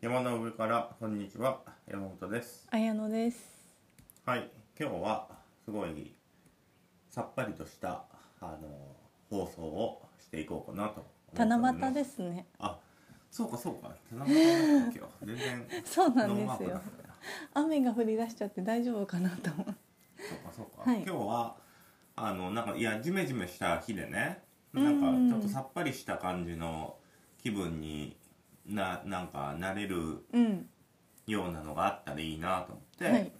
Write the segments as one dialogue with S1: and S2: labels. S1: 山の上からこんにちは山本です
S2: 綾乃です
S1: はい今日はすごいさっぱりとしたあの放送をしていこうかなと
S2: 七夕ですすね
S1: あそうかそうか七夕なんだ今日 全然
S2: そうな
S1: ノ
S2: ん
S1: ー
S2: で
S1: マー
S2: す
S1: クだ
S2: よ
S1: ったね
S2: 雨が降り出しちゃって大丈夫かなと思う
S1: そうかそうか、
S2: はい
S1: 今日はあのなんかいやジメジメした日でねなんかちょっとさっぱりした感じの気分にななんかなれる
S2: うん
S1: ようなのがあったらいいなと思って、
S2: はい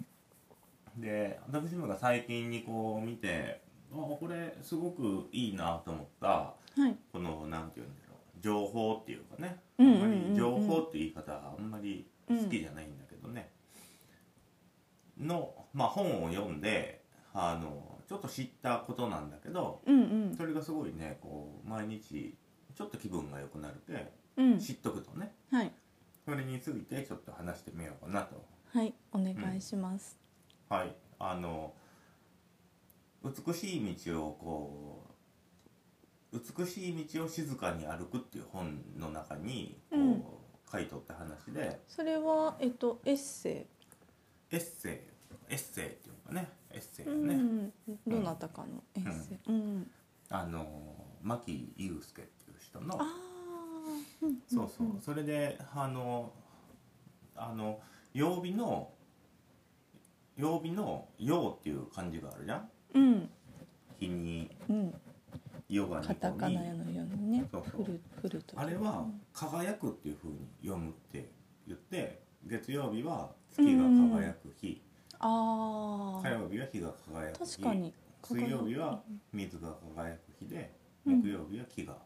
S1: で私もが最近にこう見てあこれすごくいいなと思った
S2: はい
S1: このなんて言うんだろう情報っていうかねあ
S2: うんんうん
S1: ま
S2: うんうん
S1: り情報って言い方はあんまり好きじゃないんだけどね、の、まあ、本を読んであのちょっと知ったことなんだけど
S2: うんうん
S1: それがすごいねこう毎日ちょっと気分が良くなるで
S2: うん
S1: 知っとくとね
S2: はい
S1: それについてちょっと話してみようかなと
S2: はいお願いします
S1: はい、あの美しい道をこう「美しい道を静かに歩く」っていう本の中にこう、
S2: うん
S1: 書いとった話で
S2: それはえっとエッセ
S1: エッセイエッセイっていうのかねエッセイ
S2: イう
S1: がね、
S2: んどなたかのエッセイうん
S1: あの牧祐介っていう人の
S2: ああ
S1: そうそう、それであのあの曜日の曜日の「曜」っていう漢字があるじゃん
S2: うん
S1: 日に
S2: うん
S1: ヨガにこ
S2: カ
S1: う
S2: タカナ
S1: に
S2: のようにね
S1: そうそ
S2: フ
S1: う
S2: ルフルと
S1: あれは「輝く」っていう風に読むって言って月曜日は月が輝く日、
S2: あ
S1: 火
S2: あ
S1: 曜日は日が輝く日
S2: 確かに
S1: 水曜日は水が輝く日で
S2: うん
S1: 木曜日は木が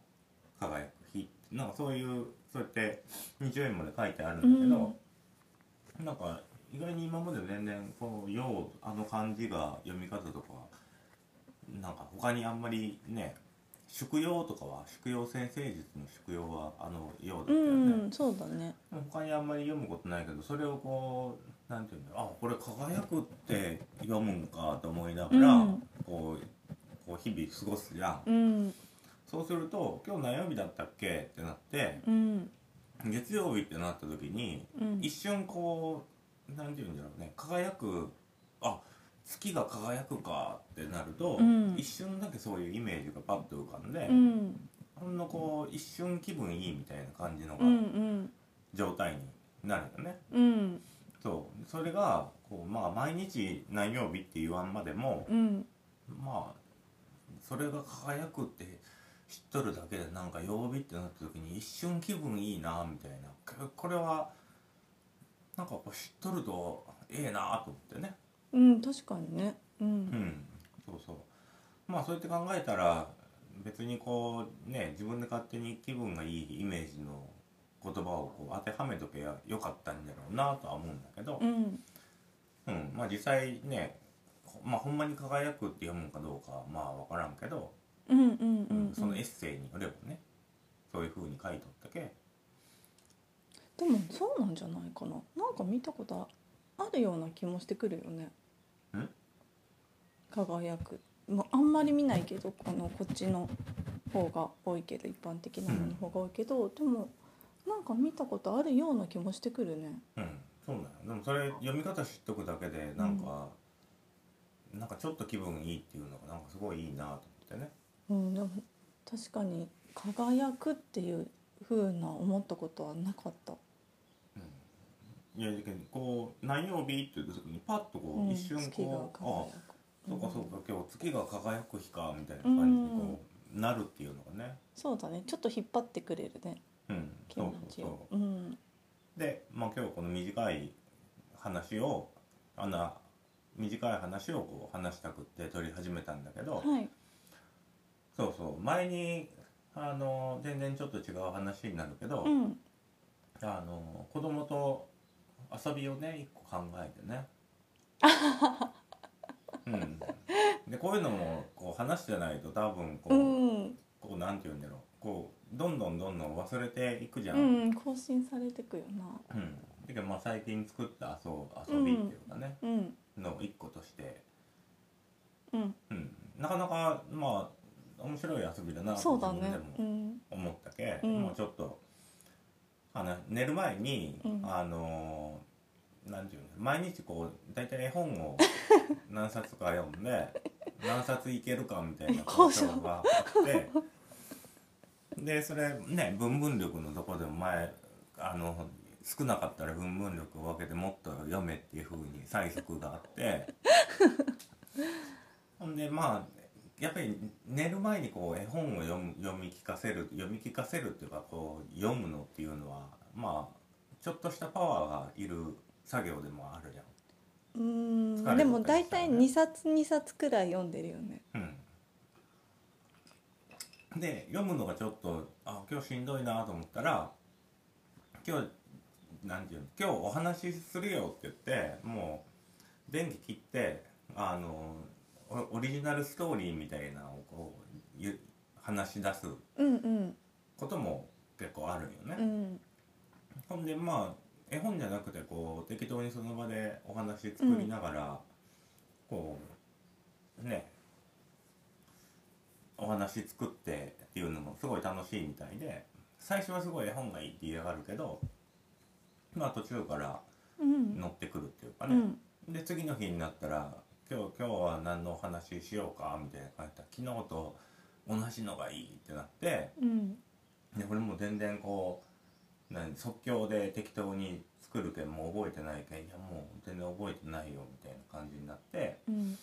S1: 輝く日、なんかそういうそうやって日曜日まで書いてあるんだけど、なんか意外に今まで全然こう「よう」あの漢字が読み方とかなんか他にあんまりね宿用とかは宿用先生術の宿用はあの「よう」だった
S2: う
S1: よね、
S2: んうんそうだね
S1: 他にあんまり読むことないけどそれをこうなんていうんだろうあこれ輝くって読むんかと思いながら、
S2: うん
S1: こうこう日々過ごすじゃん、
S2: うん
S1: そうすると今日何曜日だったっけってなって
S2: うん
S1: 月曜日ってなった時に
S2: うん
S1: 一瞬こうなんていうんだろうね輝くあ月が輝くかってなると、
S2: うん
S1: 一瞬だけそういうイメージがパッと浮かんで、
S2: うん
S1: ほんのこう一瞬気分いいみたいな感じのが
S2: うんうん
S1: 状態になるよね。
S2: うん
S1: そうそれがこう、まあ、毎日何曜日って言わんまでも、
S2: うん
S1: まあそれが輝くって知っとるだけでなんか曜日ってなった時に一瞬気分いいなみたいなここれはなんかこう知っとるとええなと思ってね
S2: うん確かにねう
S1: うんんそうそうまあそうやって考えたら別にこうね自分で勝手に気分がいいイメージの言葉をこう当てはめとけばよかったんだろうなとは思うんだけど、
S2: うん
S1: うん、まあ実際ね、ほまあ、ほんまに輝くって読むのかどうかはまあ分からんけど、
S2: うんうんうんう
S1: うん
S2: ん
S1: そのエッセイによればねそういう風に書いとったけ
S2: でもそうなんじゃないかななんか見たことあるような気もしてくるよね
S1: ん
S2: 輝くまああんまり見ないけどあのこっちの方が多いけど一般的なのの方が多いけどでもなんか見たことあるような気もしてくるね
S1: うんそうだよでもそれ読み方知っとくだけでなんか、なんかちょっと気分いいっていうのがなんかすごいいいなと思ってね
S2: うんでも確かに輝くっていう風な思ったことはなかった
S1: いやだけどこう何曜日って言った時にパッとこ
S2: うん
S1: う一瞬
S2: 月が
S1: こう、あ
S2: 輝く
S1: そうかそう
S2: うん
S1: か今日月が輝く日かみたいな感じにこうなるっていうのがね
S2: そうだねちょっと引っ張ってくれるね
S1: うん
S2: 気
S1: そう
S2: 持
S1: そう
S2: ち
S1: そう
S2: をうん
S1: で、まあ、今日この短い話をあの短い話をこう話したくって撮り始めたんだけど、
S2: はい
S1: そうそう前にあの全然ちょっと違う話になるけど、
S2: うん
S1: あの子供と遊びをね一個考えて ね。うん、でこういうのもこう話してないと多分こ
S2: う
S1: う,、
S2: ん
S1: こうなんて言うんだろうこうどんどんどんどん忘れていくじゃ
S2: うん更新されてくよな
S1: うん、てかまあ最近作った遊遊びっていうかね、
S2: うん
S1: の一個として、
S2: うん
S1: うん、なかなかまあ面白い遊びだなと
S2: そう
S1: 自
S2: だ
S1: 分で
S2: ねう
S1: も
S2: ん
S1: 思ったけ、
S2: うん
S1: まあ、ちょっとあの寝る前に、
S2: うん
S1: あの何て言うの毎日こう大体絵本を何冊か読んで何冊いけるかみたいな
S2: 交
S1: 交
S2: 渉
S1: 渉があってでそれね文文力のとこでも前あの少なかったら文文力を分けてもっと読めっていうふうに催促があってほんでまあやっぱり寝る前にこう絵本を読む読み聞かせる読み聞かせるっていうかこう読むのっていうのはまあちょっとしたパワーがいる作業でもあるじゃ
S2: うー
S1: 疲れ
S2: ん
S1: る
S2: でも
S1: とか
S2: 大
S1: ですからね
S2: 体2冊2冊くらい読んでるよね
S1: ん。うん、で読むのがちょっとあ今日しんどいなと思ったら今日なんていうの今日お話しするよって言ってもう電気切ってあのオオリジナルストーリーみたいなのをこうゆ話し出す
S2: うんうん
S1: ことも結構あるよ
S2: う
S1: ね、
S2: ん
S1: ほんでまあ絵本じゃなくてこう適当にその場でお話作りながら、こうねお話作ってっていうのもすごい楽しいみたいで最初はすごい絵本がいいって言いやがるけどまあ途中から
S2: うん
S1: 乗ってくるっていうか
S2: う
S1: ね、
S2: ん
S1: で次の日になったら「今日今日は何のお話ししようか」みたいな感じで「昨日と同じのがいい」ってなって
S2: うん
S1: で俺も全然こう何即興で適当に作るけんもう覚えてないけんいやもう全然覚えてないよみたいな感じになって
S2: うん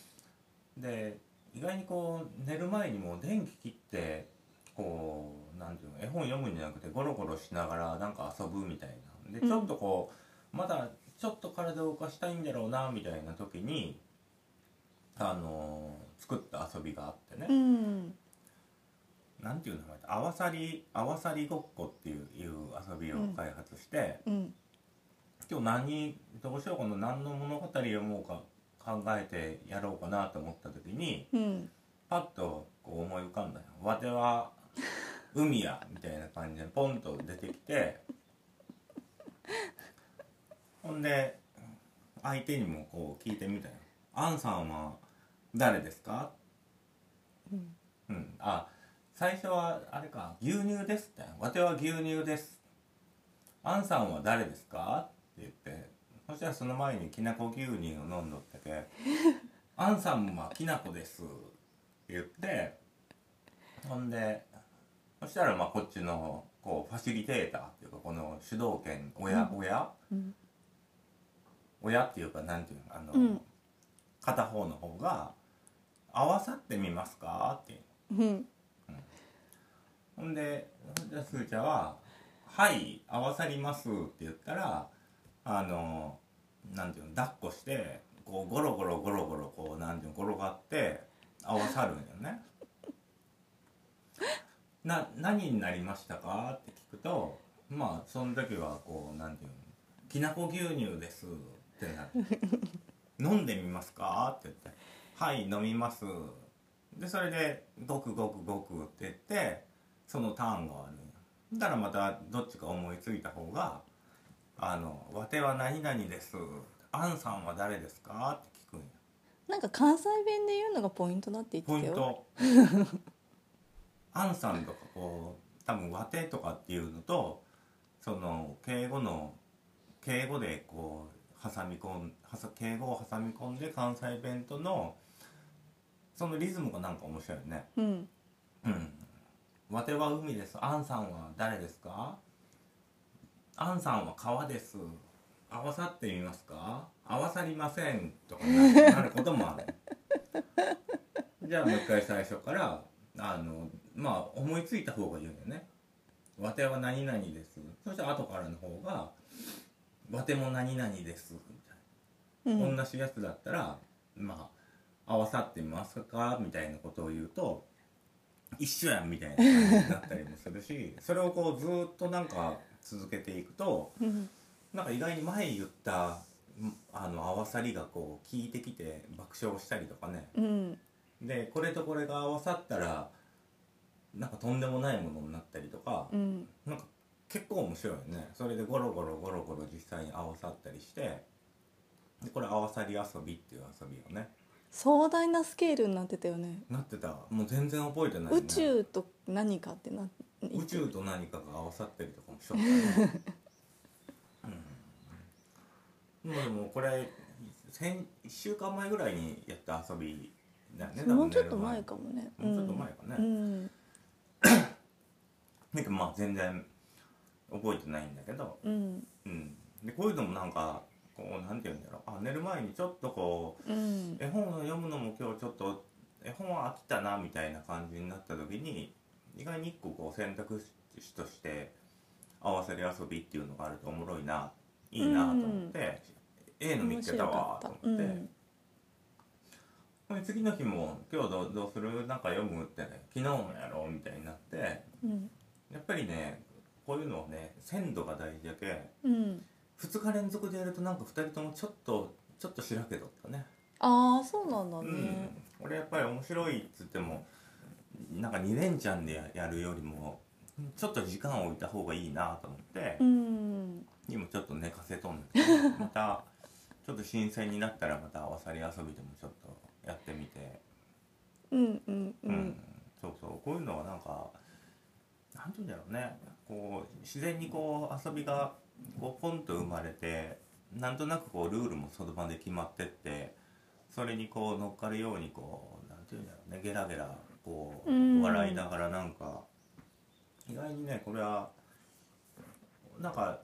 S1: で意外にこう寝る前にもう電気切ってこうなんていうの絵本読むんじゃなくてゴロゴロしながらなんか遊ぶみたいなで
S2: うん
S1: ちょっとこう、まだちょっと体を動かしたいんだろうなみたいな時にあのー作った遊びがあってね、
S2: うん
S1: なんていう名前だ合わさり合わさりごっこっていういう遊びを開発して、
S2: うん
S1: 今日何どうしようこの何の物語読もうか考えてやろうかなと思った時に
S2: うん
S1: パッとこう思い浮かんだよ「わては海や」みたいな感じでポンと出てきてほんで相手にもこう聞いてみたよ「アンさんは誰ですか?」
S2: うん
S1: うん、あ最初はあれか「牛乳です」って「わては牛乳です」「あんさんは誰ですか?」って言ってそしたらその前にきなこ牛乳を飲んどった け「あんさんはきなこです」って言ってほんでそしたらまあこっちのこうファシリテーターっていうかこの主導権親親
S2: うん
S1: 親っていうかなんていうのあの、
S2: うん
S1: 片方の方が「合わさってみますか?」って
S2: うん
S1: ほんで、じゃあすーちゃんは、はい、合わさりますって言ったら、あの、なんていうの、抱っこして、こう、ゴロゴロゴロゴロ、こう、なんていうの、転がって、合わさるんよね。な、何になりましたかって聞くと、まあ、その時は、こう、なんていうの、きなこ牛乳ですってなる。飲んでみますかって言って、はい、飲みます。で、それで、ごくごくごくって言って、そのターンがあるんやだからまたどっちか思いついた方が「あのわては何々です」「あんさんは誰ですか?」って聞くんや
S2: なんか関西弁で言うのがポイントだって言
S1: ポ
S2: っ
S1: イ
S2: て
S1: ン
S2: たよ
S1: トあんさんとかこう多分「わて」とかっていうのとその敬語の敬語でこう挟み込んはさ敬語を挟み込んで関西弁とのそのリズムがなんか面白いよね
S2: うん
S1: うん。わては海です。アンさんは誰ですかアンさんは川です。合わさってみますか合わさりません。とかなるなることもある。 じゃあもう一回最初から、あの、まあ思いついた方がいいよね。わては何々です。そして後からの方が、わても何々です。みたいな。
S2: うん
S1: 同じやつだったらまあ合わさってみますかみたいなことを言うと一緒やんみたいな感じになったりもするし それをこうずーっとなんか続けていくと
S2: うん
S1: なんか意外に前言ったんあの合わさりがこう効いてきて爆笑したりとかね
S2: うん
S1: でこれとこれが合わさったらなんかとんでもないものになったりとか
S2: うん
S1: なんか結構面白いよねそれでゴロゴロゴロゴロ実際に合わさったりしてでこれ合わさり遊びっていう遊びをね
S2: 壮大なスケールになってたよね
S1: なってたもう全然覚えてない、ね、
S2: 宇宙と何かってな
S1: 宇宙と何かが合わさったりとかもしょったね もうでもこれ先1週間前ぐらいにやった遊びだよね
S2: もうちょっ
S1: 多
S2: と
S1: 分ね
S2: 前かもね
S1: もうちょっと前かね、
S2: うん
S1: なんかまあ全然覚えてないんだけど、
S2: うん
S1: うん、でこういうのもなんかこうなんて言うんだろうあ寝る前にちょっとこう
S2: うん
S1: 絵本を読むのも今日ちょっと絵本は飽きたなみたいな感じになった時に意外に一個こう選択肢として合わせる遊びっていうのがあるとおもろいないいなと思って、A の見
S2: 面
S1: つけ
S2: 白
S1: た
S2: か
S1: わ
S2: っ
S1: と
S2: た
S1: 思って。
S2: うん
S1: で次の日も「今日どうどうするなんか読む?」ってね「昨日もやろう」みたいになって
S2: うん
S1: やっぱりねこういうのはね鮮度が大事だけ
S2: うん
S1: 2日連続でやるとなんか2人ともちょっとちょっとしらけとったね
S2: ああそうなんだ
S1: う
S2: ね
S1: ん俺やっぱり面白いっつってもなんか2連チャンでややるよりもちょっと時間を置いた方がいいなと思って
S2: うん
S1: 今ちょっと寝かせとんだけどまたちょっと新鮮になったらまた合わさり遊びでもちょっとやってみて
S2: うんうんう
S1: うんん、そうそうこういうのはなんかなんて言うんだろうねこう自然にこう遊びがこうポンと生まれてなんとなくこうルールもその場で決まってってそれにこう乗っかるようにこうなんて言うんだろうねゲラゲラこ
S2: うん
S1: う笑いながらなんか、意外にねこれはなんか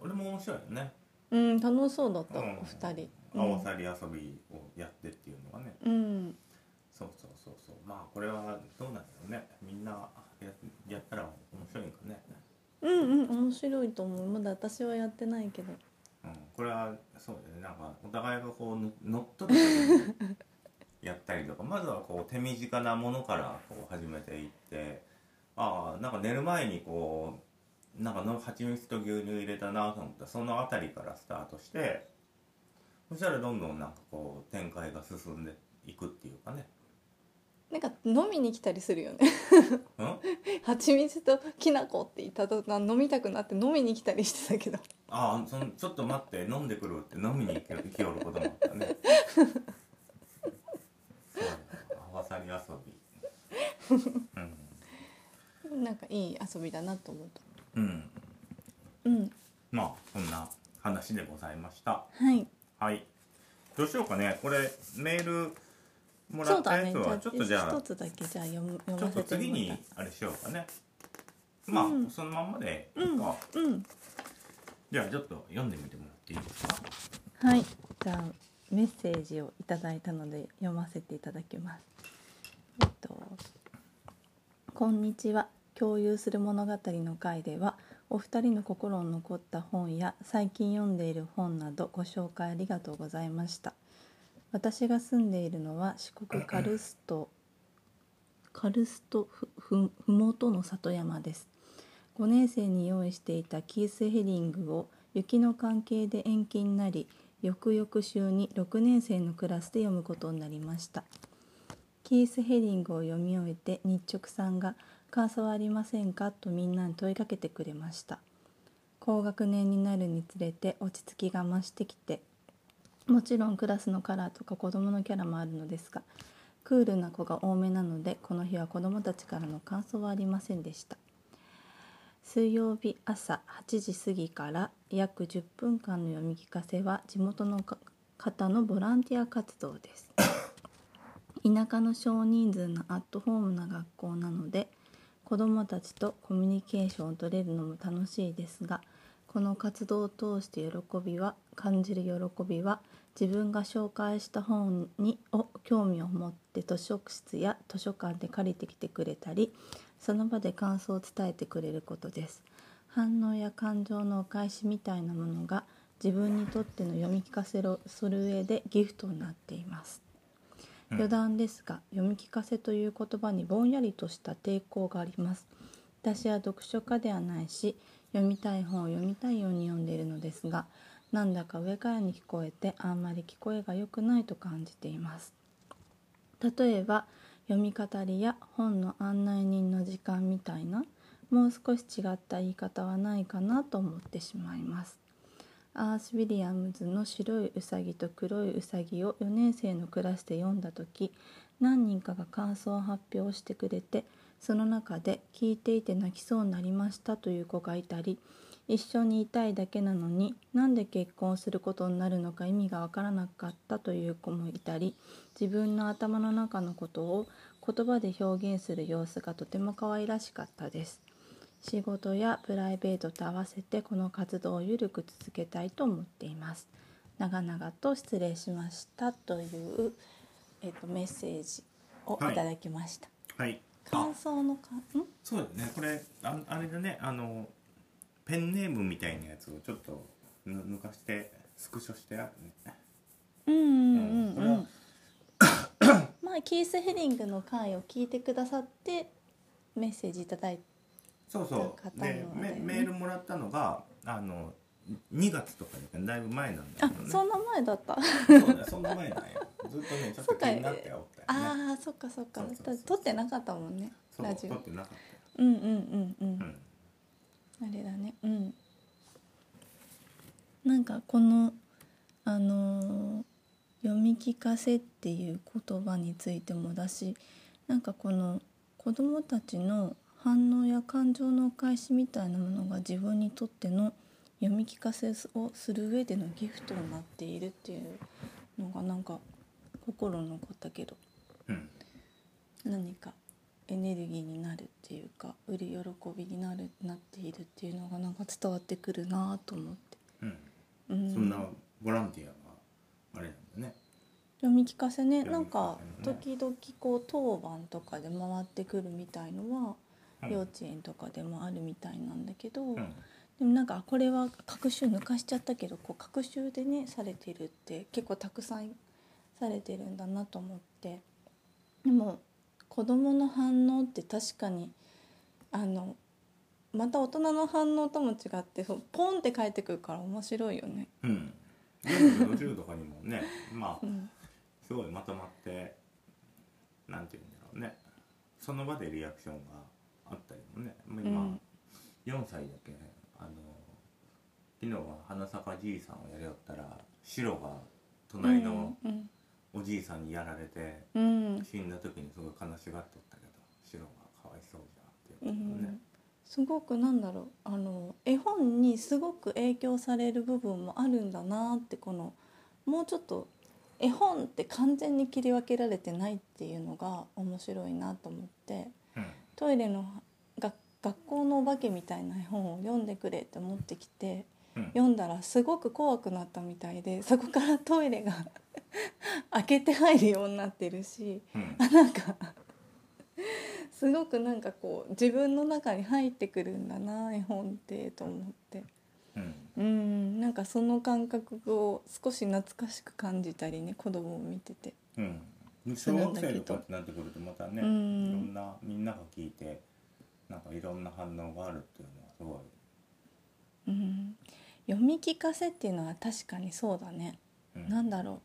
S1: 俺も面白いよね
S2: うん楽しそうだった
S1: うん
S2: お二人うん
S1: 合わさり遊びをやってっていうのがね、
S2: うん
S1: そうそうそうそうまあこれはどうなんだろうねみんなややったら面白いんかね、
S2: うんうん面白いと思うまだ私はやってないけど
S1: うん、これはそうだねなんかお互いがこうの乗っ取るためにやったりとかまずはこう手短なものからこう始めていってああなんか寝る前にこうなんかの蜂蜜と牛乳入れたなと思ったらその辺りからスタートしてそしたらどんどんなんかこう展開が進んでいくっていうかね
S2: なんか飲みに来たりするよね
S1: うん
S2: 蜂蜜ときなこって言ったと飲みたくなって飲みに来たりしてたけど
S1: ああそのちょっと待って飲んでくるって飲みに行き行きよることもあったねそう合わさり遊びうん、
S2: なんかいい遊びだなと思った
S1: うん、
S2: うん
S1: まあこんな話でございました
S2: はい
S1: はいどうしようかねこれメールもら
S2: そう
S1: った
S2: だ
S1: や
S2: ね
S1: つはちょっとじゃあ
S2: 一つだけじゃあ読む読
S1: ちょ
S2: ま
S1: っと
S2: せて
S1: 次
S2: もらっ
S1: にあれしようかねまあ、
S2: うん
S1: そのまんまでいいか、
S2: うんたうん
S1: じゃあちょっと読んでみてもらっていいですか
S2: はいじゃあメッセージをいただいたので読ませていただきますえっとこんにちは共有する物語の回ではお二人の心に残った本や最近読んでいる本などご紹介ありがとうございました私が住んでいるのは四国カルストカルストふふふもとの里山です5年生に用意していたキースヘリングを雪の関係で延期になり翌々週に6年生のクラスで読むことになりましたキースヘリングを読み終えて日直さんが「感想はありませんか?」とみんなに問いかけてくれました高学年になるにつれて落ち着きが増してきてもちろんクラスのカラーとか子どものキャラもあるのですがクールな子が多めなのでこの日は子どもたちからの感想はありませんでした水曜日朝8時過ぎから約10分間の読み聞かせは地元のか方のボランティア活動です田舎の少人数のアットホームな学校なので子どもたちとコミュニケーションを取れるのも楽しいですがこの活動を通して喜びは感じる喜びは自分が紹介した本にを興味を持って図書室や図書館で借りてきてくれたりその場で感想を伝えてくれることです反応や感情のお返しみたいなものが自分にとっての読み聞かせをする上でギフトになっています
S1: うん
S2: 余談ですが読み聞かせという言葉にぼんやりとした抵抗があります私は読書家ではないし読みたい本を読みたいように読んでいるのですがなんだか上からに聞こえてあんまり聞こえが良くないと感じています例えば読み語りや本の案内人の時間みたいなもう少し違った言い方はないかなと思ってしまいますアース・ウィリアムズの「白いウサギと黒いウサギ」を4年生のクラスで読んだ時何人かが感想を発表してくれてその中で「聞いていて泣きそうになりました」という子がいたり一緒にいたいだけなのになんで結婚することになるのか意味がわからなかったという子もいたり自分の頭の中のことを言葉で表現する様子がとても可愛らしかったです仕事やプライベートと合わせてこの活動をゆるく続けたいと思っています長々と失礼しましたという、えっとメッセージをいただきました、
S1: はいあ
S2: 感想のかん
S1: そうだねこれああれだねあのペンネームみたいなやつをちょっとぬ抜かしてスクショしてあるね
S2: うんうん
S1: こ
S2: う
S1: れ
S2: んう
S1: は
S2: ん まあキース・ヘリングの回を聞いてくださってメッセージいただいて
S1: そう
S2: なん
S1: そ
S2: かあっ
S1: うで
S2: たのだ
S1: メ
S2: よね
S1: メールもらったのがあの2月とかだからだいぶ前なんだ
S2: あ
S1: けどね
S2: そんな前だった
S1: そうだそんな前なんよずっとねちょっと気になっておったよね
S2: あーそっかそっか
S1: そうそうそう
S2: だって撮ってなかったもんね
S1: そう
S2: ラジ
S1: 撮
S2: オ
S1: ってなかったよ
S2: うんうんうんうん、
S1: うん
S2: あれだねうんなんかこのあのー読み聞かせっていう言葉についてもだしなんかこの子どもたちの反応や感情のお返しみたいなものが自分にとっての読み聞かせをする上でのギフトになっているっていうのがなんか心に残ったけど
S1: うん
S2: 何かエネルギーになるっていうか売り喜びになるなっているっていうのがなんか伝わってくるなと思って、
S1: うん
S2: う
S1: そ
S2: ん、
S1: んなボランティアがあれなんだね
S2: 読み聞かせね
S1: 読
S2: なん
S1: み聞
S2: か
S1: かせね
S2: 時々こう当番とかで回ってくるみたいのは、
S1: うん
S2: 幼稚園とかでもあるみたいなんだけど、
S1: う
S2: で
S1: ん
S2: もなんかあこれは隔週抜かしちゃったけどこう隔週でねされてるって結構たくさんされてるんだなと思ってでも子どもの反応って確かにあのまた大人の反応とも違ってそうポンって返ってくるから面白いよね。
S1: うん40とかにもねまあ
S2: うん
S1: すごいまとまってなんて言うんだろうねその場でリアクションがあったりもねまあ今、
S2: うん
S1: 4歳だっけあの昨日は花咲かじいさんをやりよったら白が隣の
S2: うん
S1: おじいさんにやられて、
S2: うんうん
S1: 死んだ時にすごい悲しがっとったけど白がかわいそう
S2: う
S1: だっていうことね
S2: ん、すごくなんだろうあの絵本にすごく影響される部分もあるんだなってこのもうちょっと絵本って完全に切り分けられてないっていうのが面白いなと思って
S1: うん
S2: トイレのが学校のお化けみたいな絵本を読んでくれって持ってきて
S1: うん
S2: 読んだらすごく怖くなったみたいでそこからトイレが 開けて入るようになってるし。
S1: うん
S2: あなんかすごくなんかこう自分の中に入ってくるんだな絵本ってと思って
S1: うん
S2: うんなんかその感覚を少し懐かしく感じたりね子供を見てて
S1: うん、小学生とかってなってくるとまたね、
S2: うん
S1: いろんなみんなが聞いてなんかいろんな反応があるっていうのは
S2: うん読み聞かせっていうのは確かにそうだね、
S1: すごい、う
S2: なんだろう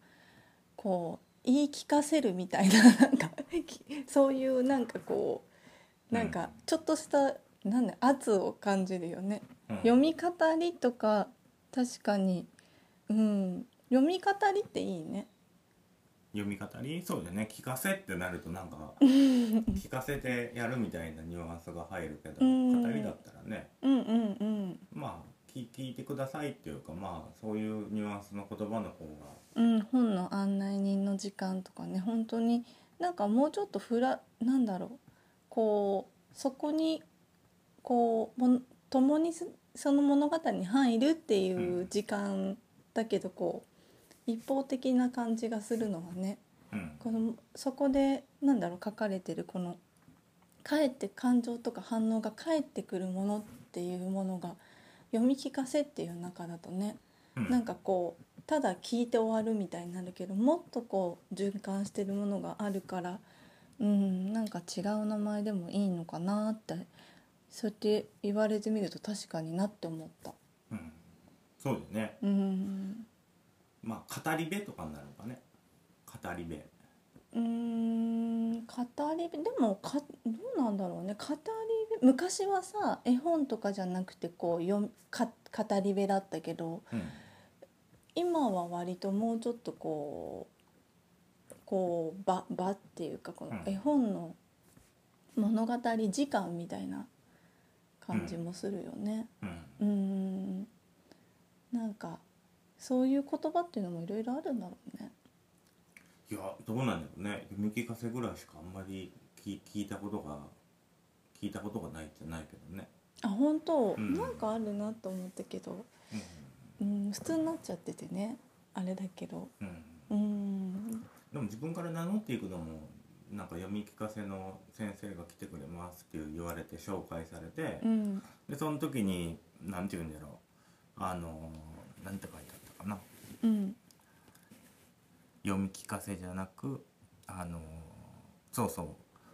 S2: こう言い聞かせるみたいな なんかきそういうなんかこうなん
S1: うん
S2: かちょっとした、なんだ圧を感じるよね
S1: うん
S2: 読み語りとか確かにうん読み語りっていいね
S1: 読み語りそうだよね聞かせってなるとなんか聞かせてやるみたいなニュアンスが入るけど
S2: うん
S1: 語りだったらね
S2: うんうんうん
S1: まあ聞聞いてくださいっていうかまあそういうニュアンスの言葉の方が
S2: うん本の案内人の時間とかね本当になんかもうちょっとふらなんだろうこうそこにこうもん共にすその物語に入るっていううん時間だけどこう一方的な感じがするのはね
S1: うん
S2: このそこでなんだろう書かれてるこの返って感情とか反応が返ってくるものっていうものが読み聞かせっていう中だとね
S1: うん
S2: なんかこうただ聞いて終わるみたいになるけどもっとこう循環してるものがあるからうんなんか違う名前でもいいのかなってそうやって言われてみると確かになって思った。
S1: うんそうだよね
S2: うん
S1: まあ語り部とかになるのかね語り部
S2: うーん語り部でもかどうなんだろうね語り部昔はさ絵本とかじゃなくてこう読みか語り部だったけど
S1: うん
S2: 今は割ともうちょっとこうこう場場っていうかこの
S1: うん
S2: 絵本の物語時間みたいな感じもするよね。
S1: うん
S2: うーんなんかそういう言葉っていうのもいろいろあるんだろうね。
S1: いやどうなんだろうね読み聞かせぐらいしかあんまり聞聞いたことが聞いたことがないじゃないけどね、
S2: あ本当、
S1: うん
S2: なんかあるなと思ったけど、うん、普通になっちゃっててねあれだけど
S1: うん
S2: うーん
S1: でも自分から名乗っていくのもなんか読み聞かせの先生が来てくれますって言われて紹介されて、
S2: うん
S1: でその時に何て言うんだろうあの何て書いてあったかな
S2: うん
S1: 読み聞かせじゃなくあのそうそう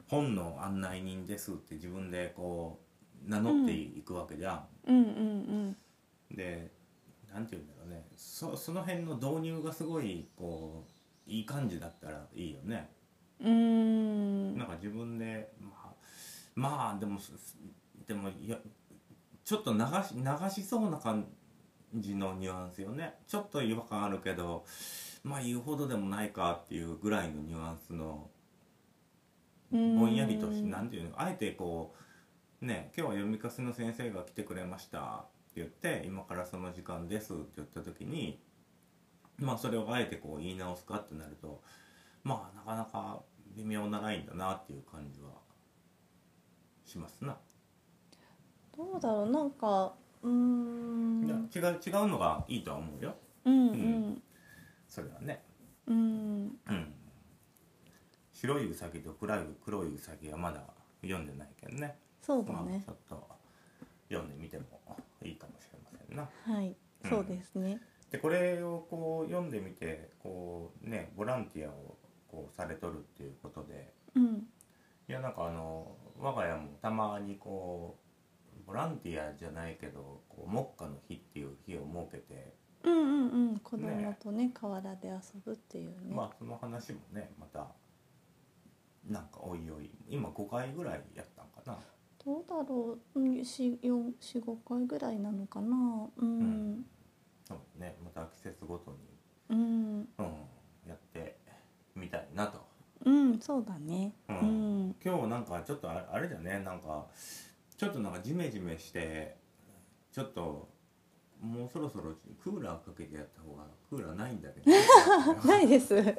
S1: 本の案内人ですって自分でこう名乗っていくわけじゃん
S2: うんうん
S1: でなんて言うんだろうねそその辺の導入がすごいこういい感じだったらいいよね
S2: うんうーん
S1: なんか自分でまあまあでもすすでもいやちょっと流し流しそうな感じのニュアンスよねちょっと違和感あるけどまあ言うほどでもないかっていうぐらいのニュアンスの
S2: ぼ
S1: ぼんやりとしなんていうのあえてこうね今日は読み聞かせの先生が来てくれましたって言って今からその時間ですって言った時にまあそれをあえてこう言い直すかってなるとまあなかなか微妙なラインだなっていう感じはしますな。
S2: どうだろうなんかうーん
S1: いや違う違うのがいいとは思うよ
S2: うんう
S1: うんんそれはね。
S2: うん
S1: うん白いウサギと暗い黒いウサギはまだ読んでないけどね。
S2: そうだ
S1: まあ、
S2: ね
S1: ちょっと読んでみてもいいかもしれませんな。
S2: はい
S1: うん
S2: そうですね
S1: でこれをこう読んでみてこうねボランティアをこうされとるっていうことで
S2: うん
S1: いやなんかあの我が家もたまにこうボランティアじゃないけどこう目下の日っていう日を設けて、
S2: うんうんうん子供とね河原で遊ぶっていうね
S1: まあその話もねまたなんかおいおい今5回ぐらいやったんかな。
S2: どうだろううんし四四五回ぐらいなのかなうん
S1: そうねまた季節ごとに、
S2: うん
S1: うん、やってみたいなと。
S2: うんそうだねう
S1: うん
S2: ん
S1: 今日なんかちょっとああれだねなんかちょっとなんかジメジメしてちょっともうそろそろクーラーかけてやった方がクーラーないんだけ ど
S2: ないです
S1: 自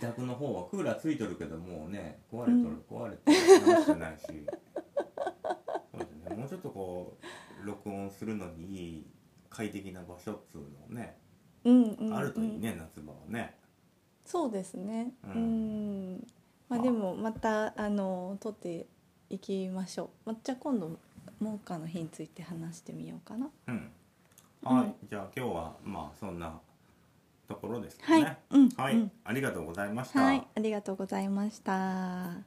S1: 宅の方はクーラーついとるけどもうね壊れとる壊れて直してないし、そうだね、もうちょっとこう録音するのにいい快適な場所っつうのね、
S2: うんうんうん
S1: あるといいね夏場はね
S2: そうですねう
S1: うんん
S2: ま
S1: ま
S2: あ
S1: あ
S2: でもまたあの撮っていきましょうまあじゃあ今度モーカーの日について話してみようかな
S1: うん
S2: うん
S1: はい、じゃあ今日はまあそんなところですか
S2: は
S1: ね、
S2: い、うん、
S1: はい、
S2: うん
S1: ありがとうございました。
S2: はい、ありがとうございました。